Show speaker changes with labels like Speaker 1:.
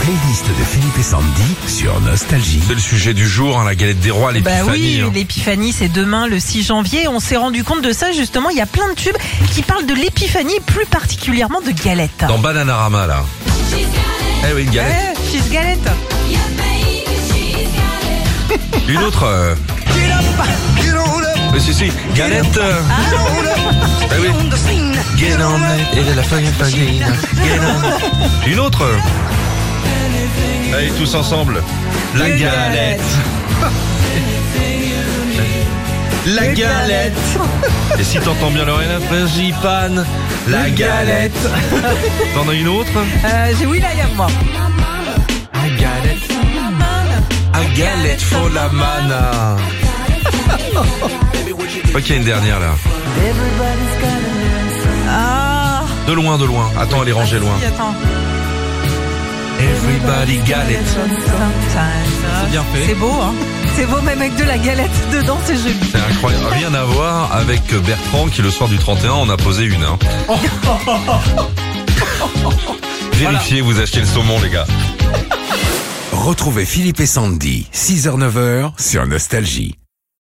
Speaker 1: playlist de Philippe et Sandy sur Nostalgie.
Speaker 2: C'est le sujet du jour, hein, la galette des rois, l'épiphanie.
Speaker 3: Bah oui,
Speaker 2: hein.
Speaker 3: l'épiphanie c'est demain le 6 janvier. On s'est rendu compte de ça justement. Il y a plein de tubes qui parlent de l'épiphanie, plus particulièrement de galette.
Speaker 2: Dans Bananarama, là. Eh oui, une
Speaker 3: Ouais,
Speaker 2: galette.
Speaker 3: cheese galette.
Speaker 2: Une autre. euh, Mais si, si, galette. euh, Eh oui. Get on it, et de la feuille panine. Get on it. Une autre. Allez, tous ensemble. La
Speaker 3: Une
Speaker 2: galette. La galette. Et si t'entends bien Lorena, frangipane, la galette. T'en as une autre
Speaker 3: Euh, J'ai oui là, il y a moi.
Speaker 2: La galette. La galette faut la mana. ok, une dernière là.
Speaker 3: Ah,
Speaker 2: De loin, de loin. Attends, elle est rangée loin.
Speaker 3: si, attends.
Speaker 2: Everybody galette.
Speaker 3: C'est
Speaker 2: bien fait.
Speaker 3: C'est beau, hein. C'est beau même avec de la galette dedans, c'est joli.
Speaker 2: C'est incroyable. Rien à voir avec Bertrand qui, le soir du 31, en a posé une. hein. Vérifiez, vous achetez le saumon, les gars.
Speaker 1: Retrouvez Philippe et Sandy, 6h-9h sur Nostalgie.